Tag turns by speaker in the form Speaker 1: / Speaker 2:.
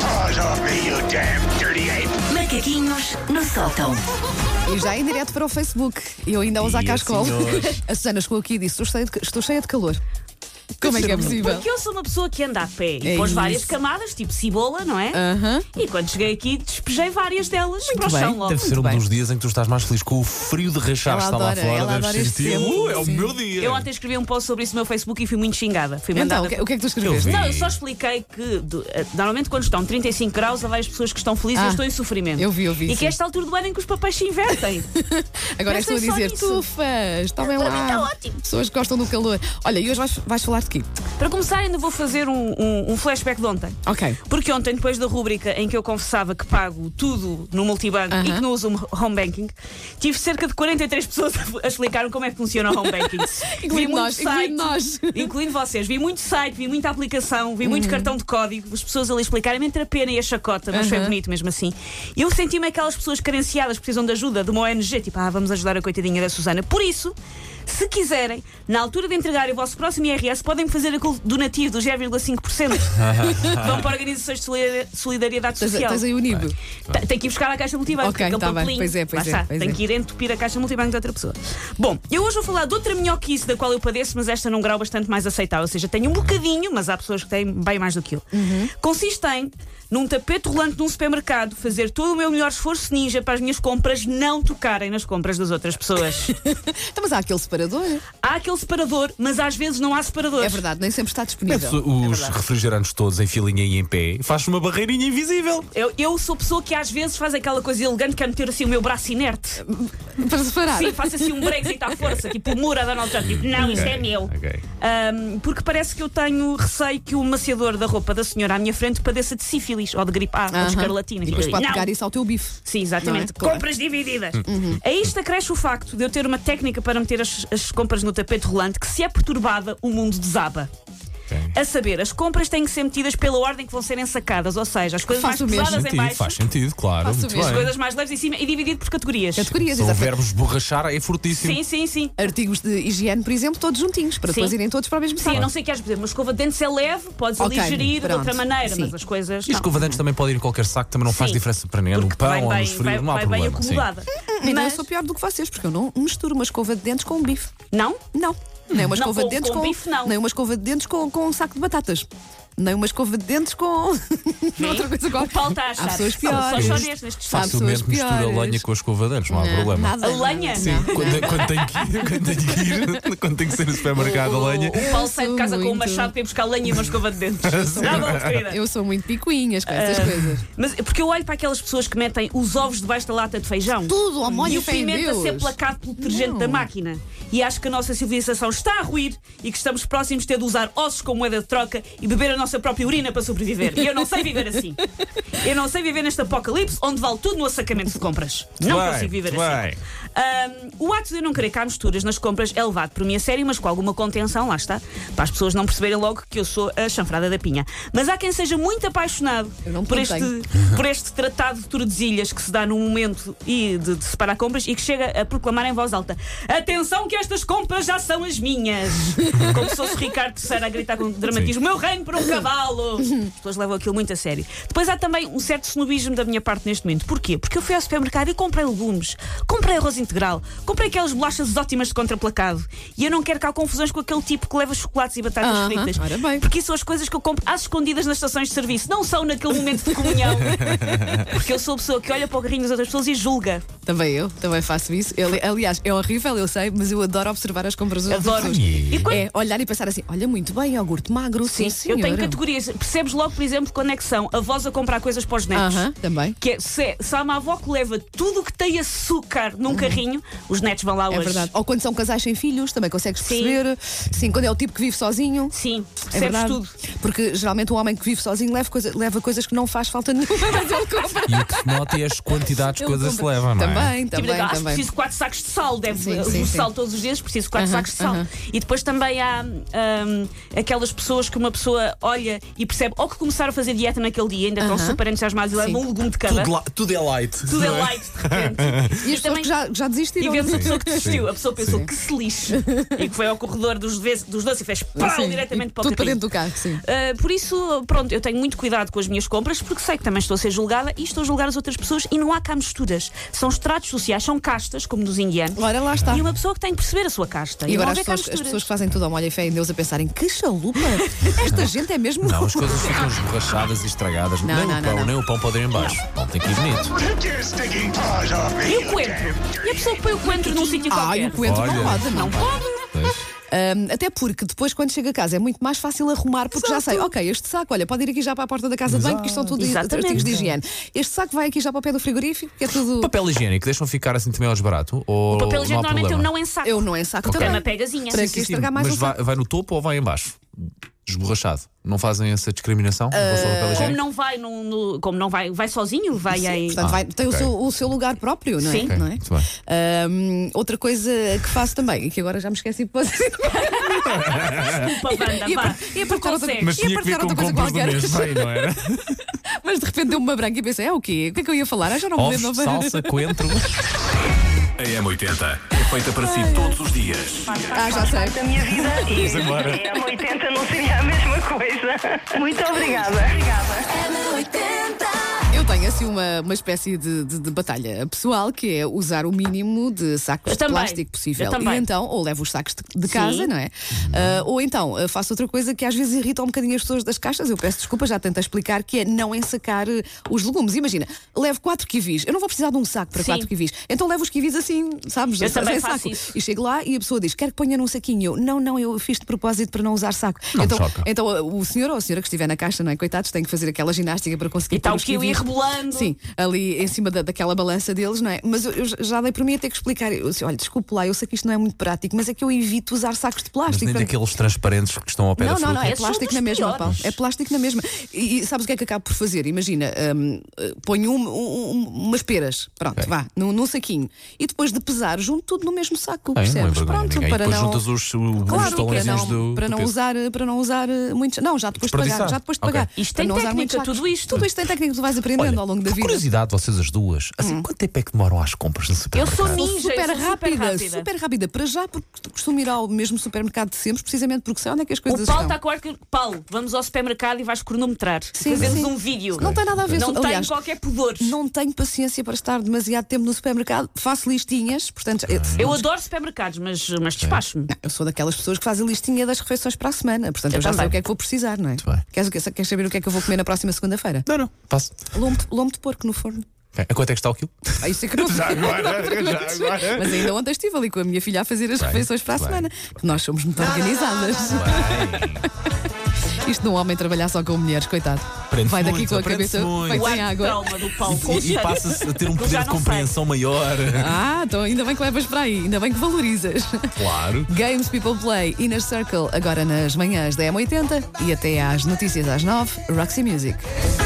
Speaker 1: Paws off me, you damn dirty ape!
Speaker 2: Macaquinhos no sótão.
Speaker 3: E já em direto para o Facebook. Eu ainda a usar
Speaker 4: Dia,
Speaker 3: cascol.
Speaker 4: senhores.
Speaker 3: A Susana chegou aqui e disse: estou cheia de, estou cheia de calor. Como é que é possível?
Speaker 5: Porque eu sou uma pessoa que anda a pé e
Speaker 3: É
Speaker 5: pôs
Speaker 3: isso.
Speaker 5: várias camadas, tipo cebola, não é?
Speaker 3: Aham.
Speaker 5: E quando cheguei aqui, despejei várias delas para o
Speaker 3: bem.
Speaker 5: chão logo.
Speaker 4: Deve ser um
Speaker 3: bem.
Speaker 4: dos dias em que tu estás mais feliz com o frio de rachar
Speaker 3: Ela
Speaker 4: que está lá
Speaker 3: adora,
Speaker 4: fora.
Speaker 3: ela
Speaker 4: Deves
Speaker 3: adora este
Speaker 4: sentir,
Speaker 3: tempo.
Speaker 4: "Uh, é o
Speaker 3: Sim.
Speaker 4: meu dia.
Speaker 5: Eu ontem escrevi um post sobre isso no meu Facebook e fui muito xingada. Fui
Speaker 3: Então,
Speaker 5: mandada.
Speaker 3: o que, o que é que tu
Speaker 4: Eu
Speaker 3: escreveste?
Speaker 4: vi.
Speaker 5: Não, eu só expliquei que do- eh, normalmente quando estão 35 graus há várias pessoas que estão felizes e
Speaker 3: Ah,
Speaker 5: eu estou em sofrimento.
Speaker 3: eu vi, eu vi,
Speaker 5: E
Speaker 3: sim.
Speaker 5: que é esta altura do ano em que os papéis se invertem.
Speaker 3: Agora estou a
Speaker 5: pensei só
Speaker 3: dizer:
Speaker 5: nisso.
Speaker 3: tufas, tomem
Speaker 5: Para mim está
Speaker 3: lá.
Speaker 5: ótimo.
Speaker 3: Pessoas que gostam do calor. Olha, e hoje vais, vais falar de quê?
Speaker 5: para começar, ainda vou fazer um- um- um flashback de ontem.
Speaker 3: Ok.
Speaker 5: Porque ontem, depois da rúbrica em que eu confessava que pago tudo no multibanco
Speaker 3: Aham.
Speaker 5: e que não uso o home banking, tive cerca de 43 pessoas a explicar como é que funciona o home banking. Vi
Speaker 3: Incluindo
Speaker 5: muito
Speaker 3: nós, incluindo nós.
Speaker 5: incluindo vocês. Vi muito site, vi muita aplicação, vi
Speaker 3: Uhum.
Speaker 5: muito cartão de código, as pessoas ali explicarem-me entre a pena e a chacota, mas foi
Speaker 3: Aham.
Speaker 5: bonito mesmo assim. E eu senti-me aquelas pessoas carenciadas que precisam de ajuda de uma ONG, tipo, ah, vamos ajudar a coitadinha da Susana. Por isso. Se quiserem, na altura de entregar o vosso próximo IRS, podem fazer aquele donativo dos 0,5%. Vão para organizações de solidar- solidariedade
Speaker 3: Tens,
Speaker 5: social.
Speaker 3: tens aí o Nido.
Speaker 5: Ta- Tá. Tem que ir buscar a caixa multibanco,
Speaker 3: Ok,
Speaker 5: aquele
Speaker 3: tá bem.
Speaker 5: papelinho.
Speaker 3: Pois é, pois é,
Speaker 5: Lá está,
Speaker 3: pois
Speaker 5: tem
Speaker 3: é.
Speaker 5: que ir entupir a caixa multibanco de outra pessoa. Bom, eu hoje vou falar de outra minhoquice da qual eu padeço, mas esta num grau bastante mais aceitável. Ou seja, tenho um bocadinho, mas há pessoas que têm bem mais do que eu.
Speaker 3: Uhum.
Speaker 5: Consiste em, num tapete rolante num supermercado, fazer todo o meu melhor esforço ninja para as minhas compras não tocarem nas compras das outras pessoas.
Speaker 3: Então, mas há aquele separador.
Speaker 5: há aquele separador, mas às vezes não há separador.
Speaker 3: É verdade, nem sempre está
Speaker 4: Mete
Speaker 3: disponível.
Speaker 4: os refrigerantes todos em filinha e em pé, faz uma barreirinha invisível.
Speaker 5: Eu, eu sou pessoa que às vezes faz aquela coisa elegante que é meter assim o meu braço
Speaker 3: É
Speaker 5: inerte.
Speaker 3: Para separar.
Speaker 5: Sim, faço assim um Brexit à força, tipo o muro a Donald Trump. Tipo, não, isto é meu.
Speaker 4: Ok.
Speaker 5: Ahm, porque parece que eu tenho receio que o maciador da roupa da senhora à minha frente padeça de sífilis ou de gripe A ou
Speaker 3: Aham.
Speaker 5: de escarlatina.
Speaker 3: E depois
Speaker 5: Eu digo,
Speaker 3: pode
Speaker 5: não.
Speaker 3: pegar isso ao teu bife.
Speaker 5: Sim, exatamente.
Speaker 3: Não é? Claro. Uhum.
Speaker 5: Compras divididas.
Speaker 4: Hum.
Speaker 5: A isto acresce o facto de eu ter uma técnica para meter as, as compras no tapete rolante que, se é perturbada, o mundo desaba.
Speaker 4: Ok.
Speaker 5: A saber, as compras têm que ser metidas pela ordem que vão serem sacadas, ou seja, as coisas
Speaker 3: Faço o
Speaker 5: mais
Speaker 3: mesmo.
Speaker 5: pesadas em
Speaker 4: Sentido,
Speaker 5: baixo,
Speaker 4: faz sentido, claro.
Speaker 3: Faço
Speaker 4: Muito
Speaker 3: mesmo.
Speaker 5: as
Speaker 4: bem.
Speaker 5: coisas mais leves em cima e dividido por categorias.
Speaker 3: Categorias,
Speaker 4: Se
Speaker 3: exatamente.
Speaker 4: houvermos borrachar, é fortíssimo.
Speaker 5: Sim, sim, sim.
Speaker 3: Artigos de higiene, por exemplo, todos juntinhos, para
Speaker 5: Sim.
Speaker 3: depois irem todos para o mesmo
Speaker 5: Sim,
Speaker 3: saco.
Speaker 5: a não ser que às vezes uma escova de dentes é leve, podes
Speaker 3: Ok,
Speaker 5: ali gerir de
Speaker 3: pronto,
Speaker 5: outra maneira,
Speaker 3: sim.
Speaker 5: mas as coisas.
Speaker 4: E
Speaker 5: não.
Speaker 4: escova de dentes também pode ir em qualquer saco, também não faz
Speaker 5: Sim.
Speaker 4: diferença para ninguém. No
Speaker 5: Porque vai
Speaker 4: pão ou
Speaker 5: bem,
Speaker 4: nos frios,
Speaker 5: vai,
Speaker 4: não há
Speaker 5: vai bem
Speaker 4: problema. sim.
Speaker 5: acomodada.
Speaker 3: Então eu
Speaker 5: Mas-
Speaker 3: sou pior do que vocês, porque eu não misturo uma escova de dentes com um bife.
Speaker 5: Não?
Speaker 3: Não. Nem uma
Speaker 5: Não,
Speaker 3: escova
Speaker 5: com-
Speaker 3: de dentes
Speaker 5: com bife, não.
Speaker 3: Nem uma escova de dentes com, com um saco de batatas. Nem uma escova de dentes com. outra coisa
Speaker 5: é. O
Speaker 3: qualquer.
Speaker 5: Paulo está a achar.
Speaker 3: Há pessoas
Speaker 5: Só-
Speaker 3: piores.
Speaker 5: Só chorês nestes
Speaker 3: Faz-
Speaker 5: casos.
Speaker 4: Facilmente
Speaker 3: pessoas
Speaker 4: mistura
Speaker 3: piores.
Speaker 4: lenha com a escova de dentes, não há problema.
Speaker 3: Nada,
Speaker 5: A lenha?
Speaker 3: nada.
Speaker 5: Sim.
Speaker 3: Não.
Speaker 4: Quando, quando tem que ir, quando tem que ir, quando tem que ser no supermercado a lenha.
Speaker 5: O Paulo sai de casa com um
Speaker 3: Muito.
Speaker 5: machado para ir buscar lenha e uma escova de dentes. Dá bom, querida.
Speaker 3: Eu sou muito picuinhas com essas
Speaker 5: É.
Speaker 3: coisas.
Speaker 5: Mas porque eu olho para aquelas pessoas que metem os ovos debaixo da lata de feijão.
Speaker 3: Tudo ao molho
Speaker 5: E
Speaker 3: e
Speaker 5: o
Speaker 3: fé em
Speaker 5: pimento
Speaker 3: Deus.
Speaker 5: a ser placado pelo detergente
Speaker 3: Não.
Speaker 5: da máquina. E acho que a nossa civilização está a ruir e que estamos próximos de ter de usar ossos como moeda de troca e beber a nossa própria urina para sobreviver. E eu não sei viver assim. Eu não sei viver neste apocalipse onde vale tudo no assacamento de compras. Não
Speaker 4: bem,
Speaker 5: consigo viver
Speaker 4: muito
Speaker 5: assim.
Speaker 4: bem.
Speaker 5: Ahm, o ato de eu não querer cá misturas nas compras é levado por mim a sério, mas com alguma contenção, lá está, para as pessoas não perceberem logo que eu sou a chanfrada da pinha. Mas há quem seja muito apaixonado
Speaker 3: Eu não
Speaker 5: por,
Speaker 3: contenho.
Speaker 5: este, por este tratado de Tordesilhas que se dá num momento e de, de separar compras e que chega a proclamar em voz alta: Atenção, que estas compras já são as minhas! Como se fosse Ricardo III a gritar com dramatismo: Meu reino para um cavalo! As pessoas levam aquilo muito a sério. Depois há também um certo snobismo da minha parte neste momento. Porquê? Porque eu fui ao supermercado e comprei legumes, comprei arroz integral, comprei aquelas bolachas ótimas de contraplacado e eu não quero que há confusões com aquele tipo que leva chocolates e batatas
Speaker 3: Aham,
Speaker 5: fritas.
Speaker 3: ora bem.
Speaker 5: Porque isso são as coisas que eu compro às escondidas nas estações de serviço. Não são naquele momento de comunhão. Porque eu sou a pessoa que olha para o carrinho das outras pessoas e julga.
Speaker 3: Também eu, também faço isso. Eu, aliás, é horrível, eu sei, mas eu adoro observar as compras dos outros.
Speaker 5: Adoro. E quando-
Speaker 3: É olhar e pensar assim: olha, muito bem, iogurte magro, sim,
Speaker 5: eu tenho
Speaker 3: senhora.
Speaker 5: categorias. Percebes logo, por exemplo, quando é que são avós a comprar coisas para os netos.
Speaker 3: Aham, também.
Speaker 5: Que é, se, é- se há uma avó que leva tudo o que tem açúcar num carrinho, os netos vão lá
Speaker 3: Uhum. É
Speaker 5: hoje.
Speaker 3: verdade. Ou quando são casais sem filhos, também consegues
Speaker 5: Sim.
Speaker 3: perceber. Sim, quando é o tipo que vive sozinho.
Speaker 5: Sim,
Speaker 3: É
Speaker 5: percebes
Speaker 3: verdade.
Speaker 5: tudo.
Speaker 3: Porque geralmente o homem que vive sozinho leva, coisa- leva coisas que não faz falta nenhuma, mas ele compra.
Speaker 4: E o que se nota é as quantidades que
Speaker 3: Ele
Speaker 4: coisas se
Speaker 3: compra.
Speaker 4: levam, não é?
Speaker 3: Também,
Speaker 5: Tipo,
Speaker 3: também,
Speaker 5: ah,
Speaker 3: também.
Speaker 5: preciso de 4 sacos de sal, deve
Speaker 3: Sim,
Speaker 5: eu
Speaker 3: sim,
Speaker 5: uso
Speaker 3: sim.
Speaker 5: sal todos os dias, preciso de 4
Speaker 3: Aham,
Speaker 5: sacos de sal.
Speaker 3: aham.
Speaker 5: E depois também há hum, aquelas pessoas que uma pessoa olha e percebe, ou que começaram a fazer dieta naquele dia, ainda estão
Speaker 3: Aham.
Speaker 5: super entusiasmados e levam
Speaker 3: Sim.
Speaker 5: um legume de cada.
Speaker 4: lá- tudo é light.
Speaker 5: Tudo é
Speaker 4: não
Speaker 5: light, de repente.
Speaker 3: E as pessoas
Speaker 5: também-
Speaker 3: que já, já já
Speaker 5: E
Speaker 3: desistiram.
Speaker 5: vemos a
Speaker 4: Sim,
Speaker 5: pessoa que desistiu.
Speaker 4: sim,
Speaker 5: A pessoa pensou
Speaker 4: sim.
Speaker 5: que se lixe e que foi ao corredor dos, ve- dos doces e fez pau
Speaker 3: Sim,
Speaker 5: diretamente
Speaker 3: e
Speaker 5: para o
Speaker 3: Tudo para
Speaker 5: carrinho.
Speaker 3: dentro do carro, sim.
Speaker 5: Ah, por isso, pronto, eu tenho muito cuidado com as minhas compras porque sei que também estou a ser julgada e estou a julgar as outras pessoas e não há cá misturas. São estratos sociais, são castas, como dos indianos.
Speaker 3: Ora, lá está.
Speaker 5: E uma pessoa que tem que perceber a sua casta.
Speaker 3: E agora
Speaker 5: não
Speaker 3: as
Speaker 5: haver cá
Speaker 3: pessoas, as
Speaker 5: misturas.
Speaker 3: pessoas que fazem tudo ao molho e fé em Deus a pensarem que chalupa, esta gente é mesmo.
Speaker 4: Não, as coisas ficam esborrachadas e estragadas.
Speaker 3: Não, não,
Speaker 4: nem o
Speaker 3: não,
Speaker 4: pão,
Speaker 3: não.
Speaker 4: nem o pão podem ir em baixo. O pão tem que ir bonito.
Speaker 1: Take your stinking paws off me,
Speaker 5: E
Speaker 1: you
Speaker 5: o coentro?
Speaker 1: damn
Speaker 5: E a
Speaker 1: dirty ape!
Speaker 5: pessoa que põe o coentro num sítio
Speaker 3: Ai, Ah,
Speaker 5: qualquer?
Speaker 3: o coentro não
Speaker 4: Olha.
Speaker 3: pode, não.
Speaker 5: Não pode.
Speaker 4: Pois.
Speaker 3: Ahm, até porque depois, quando chega a casa, é muito mais fácil arrumar, porque já sei, ok, este saco, olha, pode ir aqui já para a porta da casa de banho, porque isto são tudo
Speaker 5: Exatamente.
Speaker 3: artigos de higiene. Este saco vai aqui já para o pé do frigorífico, que é tudo.
Speaker 4: Papel higiênico, deixam ficar assim também ao barato? Ou
Speaker 5: O papel
Speaker 4: não há
Speaker 5: higiênico normalmente eu
Speaker 4: problema?
Speaker 5: não ensaco.
Speaker 3: Eu não é saco
Speaker 5: É
Speaker 3: também.
Speaker 5: uma pegazinha.
Speaker 3: Para
Speaker 5: Sim,
Speaker 3: que
Speaker 4: Sim,
Speaker 3: estragar mais
Speaker 4: mas
Speaker 3: um
Speaker 4: vai,
Speaker 3: saco?
Speaker 4: vai no topo ou vai em baixo? Esborrachado. Não fazem essa discriminação em relação ao papel
Speaker 5: Como
Speaker 3: Ah,
Speaker 4: higiênico?
Speaker 5: não vai, num- no- como não vai, vai sozinho, vai em.
Speaker 3: Portanto,
Speaker 4: Ah,
Speaker 3: vai- tem
Speaker 4: ok.
Speaker 3: o, seu, o seu lugar próprio, não é?
Speaker 5: Sim.
Speaker 4: Ok,
Speaker 3: Não é?
Speaker 4: muito bem.
Speaker 3: Ahm, outra coisa que faço também, e que agora já me esqueci de fazer.
Speaker 5: Desculpa, Wanda,
Speaker 3: Ia
Speaker 5: vá.
Speaker 3: par- ia
Speaker 5: Tu
Speaker 3: partilhar outra-
Speaker 5: consegues.
Speaker 4: Mas
Speaker 3: é E
Speaker 4: tinha que ver
Speaker 3: aparecer
Speaker 4: com
Speaker 3: outra coisa
Speaker 4: compras do
Speaker 3: qualquer.
Speaker 4: mês, bem, não era?
Speaker 3: Mas de repente deu-me uma branca e pensei, é o quê? O que é que eu ia falar? Ah, já não me
Speaker 4: Ovos,
Speaker 3: lembro.
Speaker 4: salsa, coentro.
Speaker 6: A M80 é feita para si todos os dias.
Speaker 3: Ah, já sei.
Speaker 7: da minha vida e
Speaker 4: embora.
Speaker 7: a 80 não seria a mesma coisa. Muito obrigada. Obrigada.
Speaker 3: Eu tenho assim uma, uma espécie de, de- de batalha pessoal que é usar o mínimo de sacos
Speaker 5: Eu
Speaker 3: de
Speaker 5: também.
Speaker 3: plástico possível.
Speaker 5: Eu também.
Speaker 3: E então, ou levo os sacos de, de casa,
Speaker 5: Sim.
Speaker 3: não é? Ah, ou então ah, faço outra coisa que às vezes irrita um bocadinho as pessoas das caixas. Eu peço desculpa, já tento explicar, que é não ensacar eh, os legumes. Imagina, levo 4 kiwis. Eu não vou precisar de um saco para
Speaker 5: Sim.
Speaker 3: 4 kiwis. Então levo os kiwis assim, sabes?
Speaker 5: Eu
Speaker 3: sem
Speaker 5: também faço
Speaker 3: saco.
Speaker 5: isso.
Speaker 3: E chego lá e a pessoa diz: quer que ponha num saquinho? Eu, não, não, eu fiz de propósito para não usar saco.
Speaker 4: Não me
Speaker 3: então,
Speaker 4: choca.
Speaker 3: então ah, o senhor ou a senhora que estiver na caixa, não é? Coitados, tem que fazer aquela ginástica para conseguir
Speaker 5: E está
Speaker 3: pôr
Speaker 5: o
Speaker 3: os
Speaker 5: kiwi
Speaker 3: kiwis.
Speaker 5: rebolando.
Speaker 3: Sim, ali em cima da, daquela balança deles, não é? Mas eu, eu já dei por mim a ter que explicar. Eu disse, olha, desculpe lá, eu sei que isto não é muito prático, mas é que eu evito usar sacos de
Speaker 4: Mas
Speaker 3: plástico.
Speaker 4: nem
Speaker 3: Portanto,
Speaker 4: daqueles transparentes que estão ao pé da
Speaker 3: não,
Speaker 4: fruta.
Speaker 3: não, não, é
Speaker 5: Esses são
Speaker 3: plástico
Speaker 5: dos
Speaker 3: na mesma,
Speaker 5: piores.
Speaker 3: Paulo. É plástico na mesma. E, e sabes o que é que acabo por fazer? Imagina, hum, eh, ponho um- um- um- umas peras, pronto,
Speaker 4: Ok.
Speaker 3: vá, num, num saquinho. E depois de pesar, junto tudo no mesmo saco,
Speaker 4: Ah, é? Não é
Speaker 3: percebes?
Speaker 4: vergonha
Speaker 3: pronto,
Speaker 4: ninguém. E
Speaker 3: para
Speaker 4: depois
Speaker 3: não.
Speaker 4: juntas os, os
Speaker 3: Claro, para
Speaker 4: talõezinhos
Speaker 3: não,
Speaker 4: do,
Speaker 3: para,
Speaker 4: do
Speaker 3: não
Speaker 4: peso.
Speaker 3: usar, para não usar eh, muitos. Não, já depois de pagar.
Speaker 4: Desperdiçar.
Speaker 3: Já depois de
Speaker 4: Ok.
Speaker 3: pagar.
Speaker 5: Isto
Speaker 3: Para
Speaker 5: tem
Speaker 3: não usar
Speaker 5: técnica,
Speaker 3: muitos sacos.
Speaker 5: tudo isto.
Speaker 3: Tudo isto tem técnica que tu vais aprendendo ao longo da
Speaker 4: por
Speaker 3: vida.
Speaker 4: curiosidade, vocês as duas, assim, quanto tempo é que demoram às compras no
Speaker 5: Eu
Speaker 4: supermercado?
Speaker 5: sou ninja,
Speaker 3: Sou
Speaker 5: eu sou
Speaker 3: super rápida, super rápida,
Speaker 5: rápida.
Speaker 3: Para já, porque costumo ir ao mesmo supermercado de sempre, precisamente porque sei onde é que as coisas
Speaker 5: O Paulo tá-
Speaker 3: estão.
Speaker 5: está com o arco. Paulo, vamos ao supermercado e vais cronometrar.
Speaker 3: Sim,
Speaker 5: Fazemos
Speaker 3: sim.
Speaker 5: um vídeo.
Speaker 3: Não tem nada a ver,
Speaker 5: Não tem
Speaker 3: aliás,
Speaker 5: qualquer pudor.
Speaker 3: Não tenho paciência para estar demasiado tempo no supermercado. Faço listinhas, portanto. eu-
Speaker 5: Eu adoro supermercados, mas, mas despacho-me.
Speaker 3: Eu sou daquelas pessoas que fazem listinha das refeições para a semana, portanto eu, já
Speaker 5: também.
Speaker 3: sei o que é que vou precisar, não é?
Speaker 4: bem.
Speaker 3: Queres, o quê? Queres saber o que é que eu vou comer na próxima segunda-feira?
Speaker 4: Não, não, passo.
Speaker 3: Lombo, de- lombo de porco no forno.
Speaker 4: Ok, A quanto é que está o quilo?
Speaker 3: Ah, isso é que não sei. Mas ainda ontem estive ali com a minha filha a fazer as
Speaker 4: Bem,
Speaker 3: refeições para a
Speaker 4: bem. Ah,
Speaker 3: semana. Nós somos muito organizadas. Isto de um homem trabalhar só com mulheres, coitado.
Speaker 4: Aprende-se
Speaker 3: Vai daqui
Speaker 4: muito,
Speaker 3: com a
Speaker 4: aprende-se
Speaker 3: cabeça
Speaker 4: muito.
Speaker 3: feita
Speaker 5: O
Speaker 3: em
Speaker 5: ar de
Speaker 3: água.
Speaker 5: trauma do Paulo. com
Speaker 4: E, e
Speaker 5: cheiro.
Speaker 4: passa-se a ter um
Speaker 5: Eu já
Speaker 4: poder de
Speaker 5: não
Speaker 4: compreensão maior.
Speaker 3: Ah, então ainda bem que levas para aí, ainda bem que valorizas.
Speaker 4: Claro.
Speaker 3: Games People Play, Inner Circle, agora nas manhãs da M80 e até às notícias às 9, Roxy Music.
Speaker 5: sei.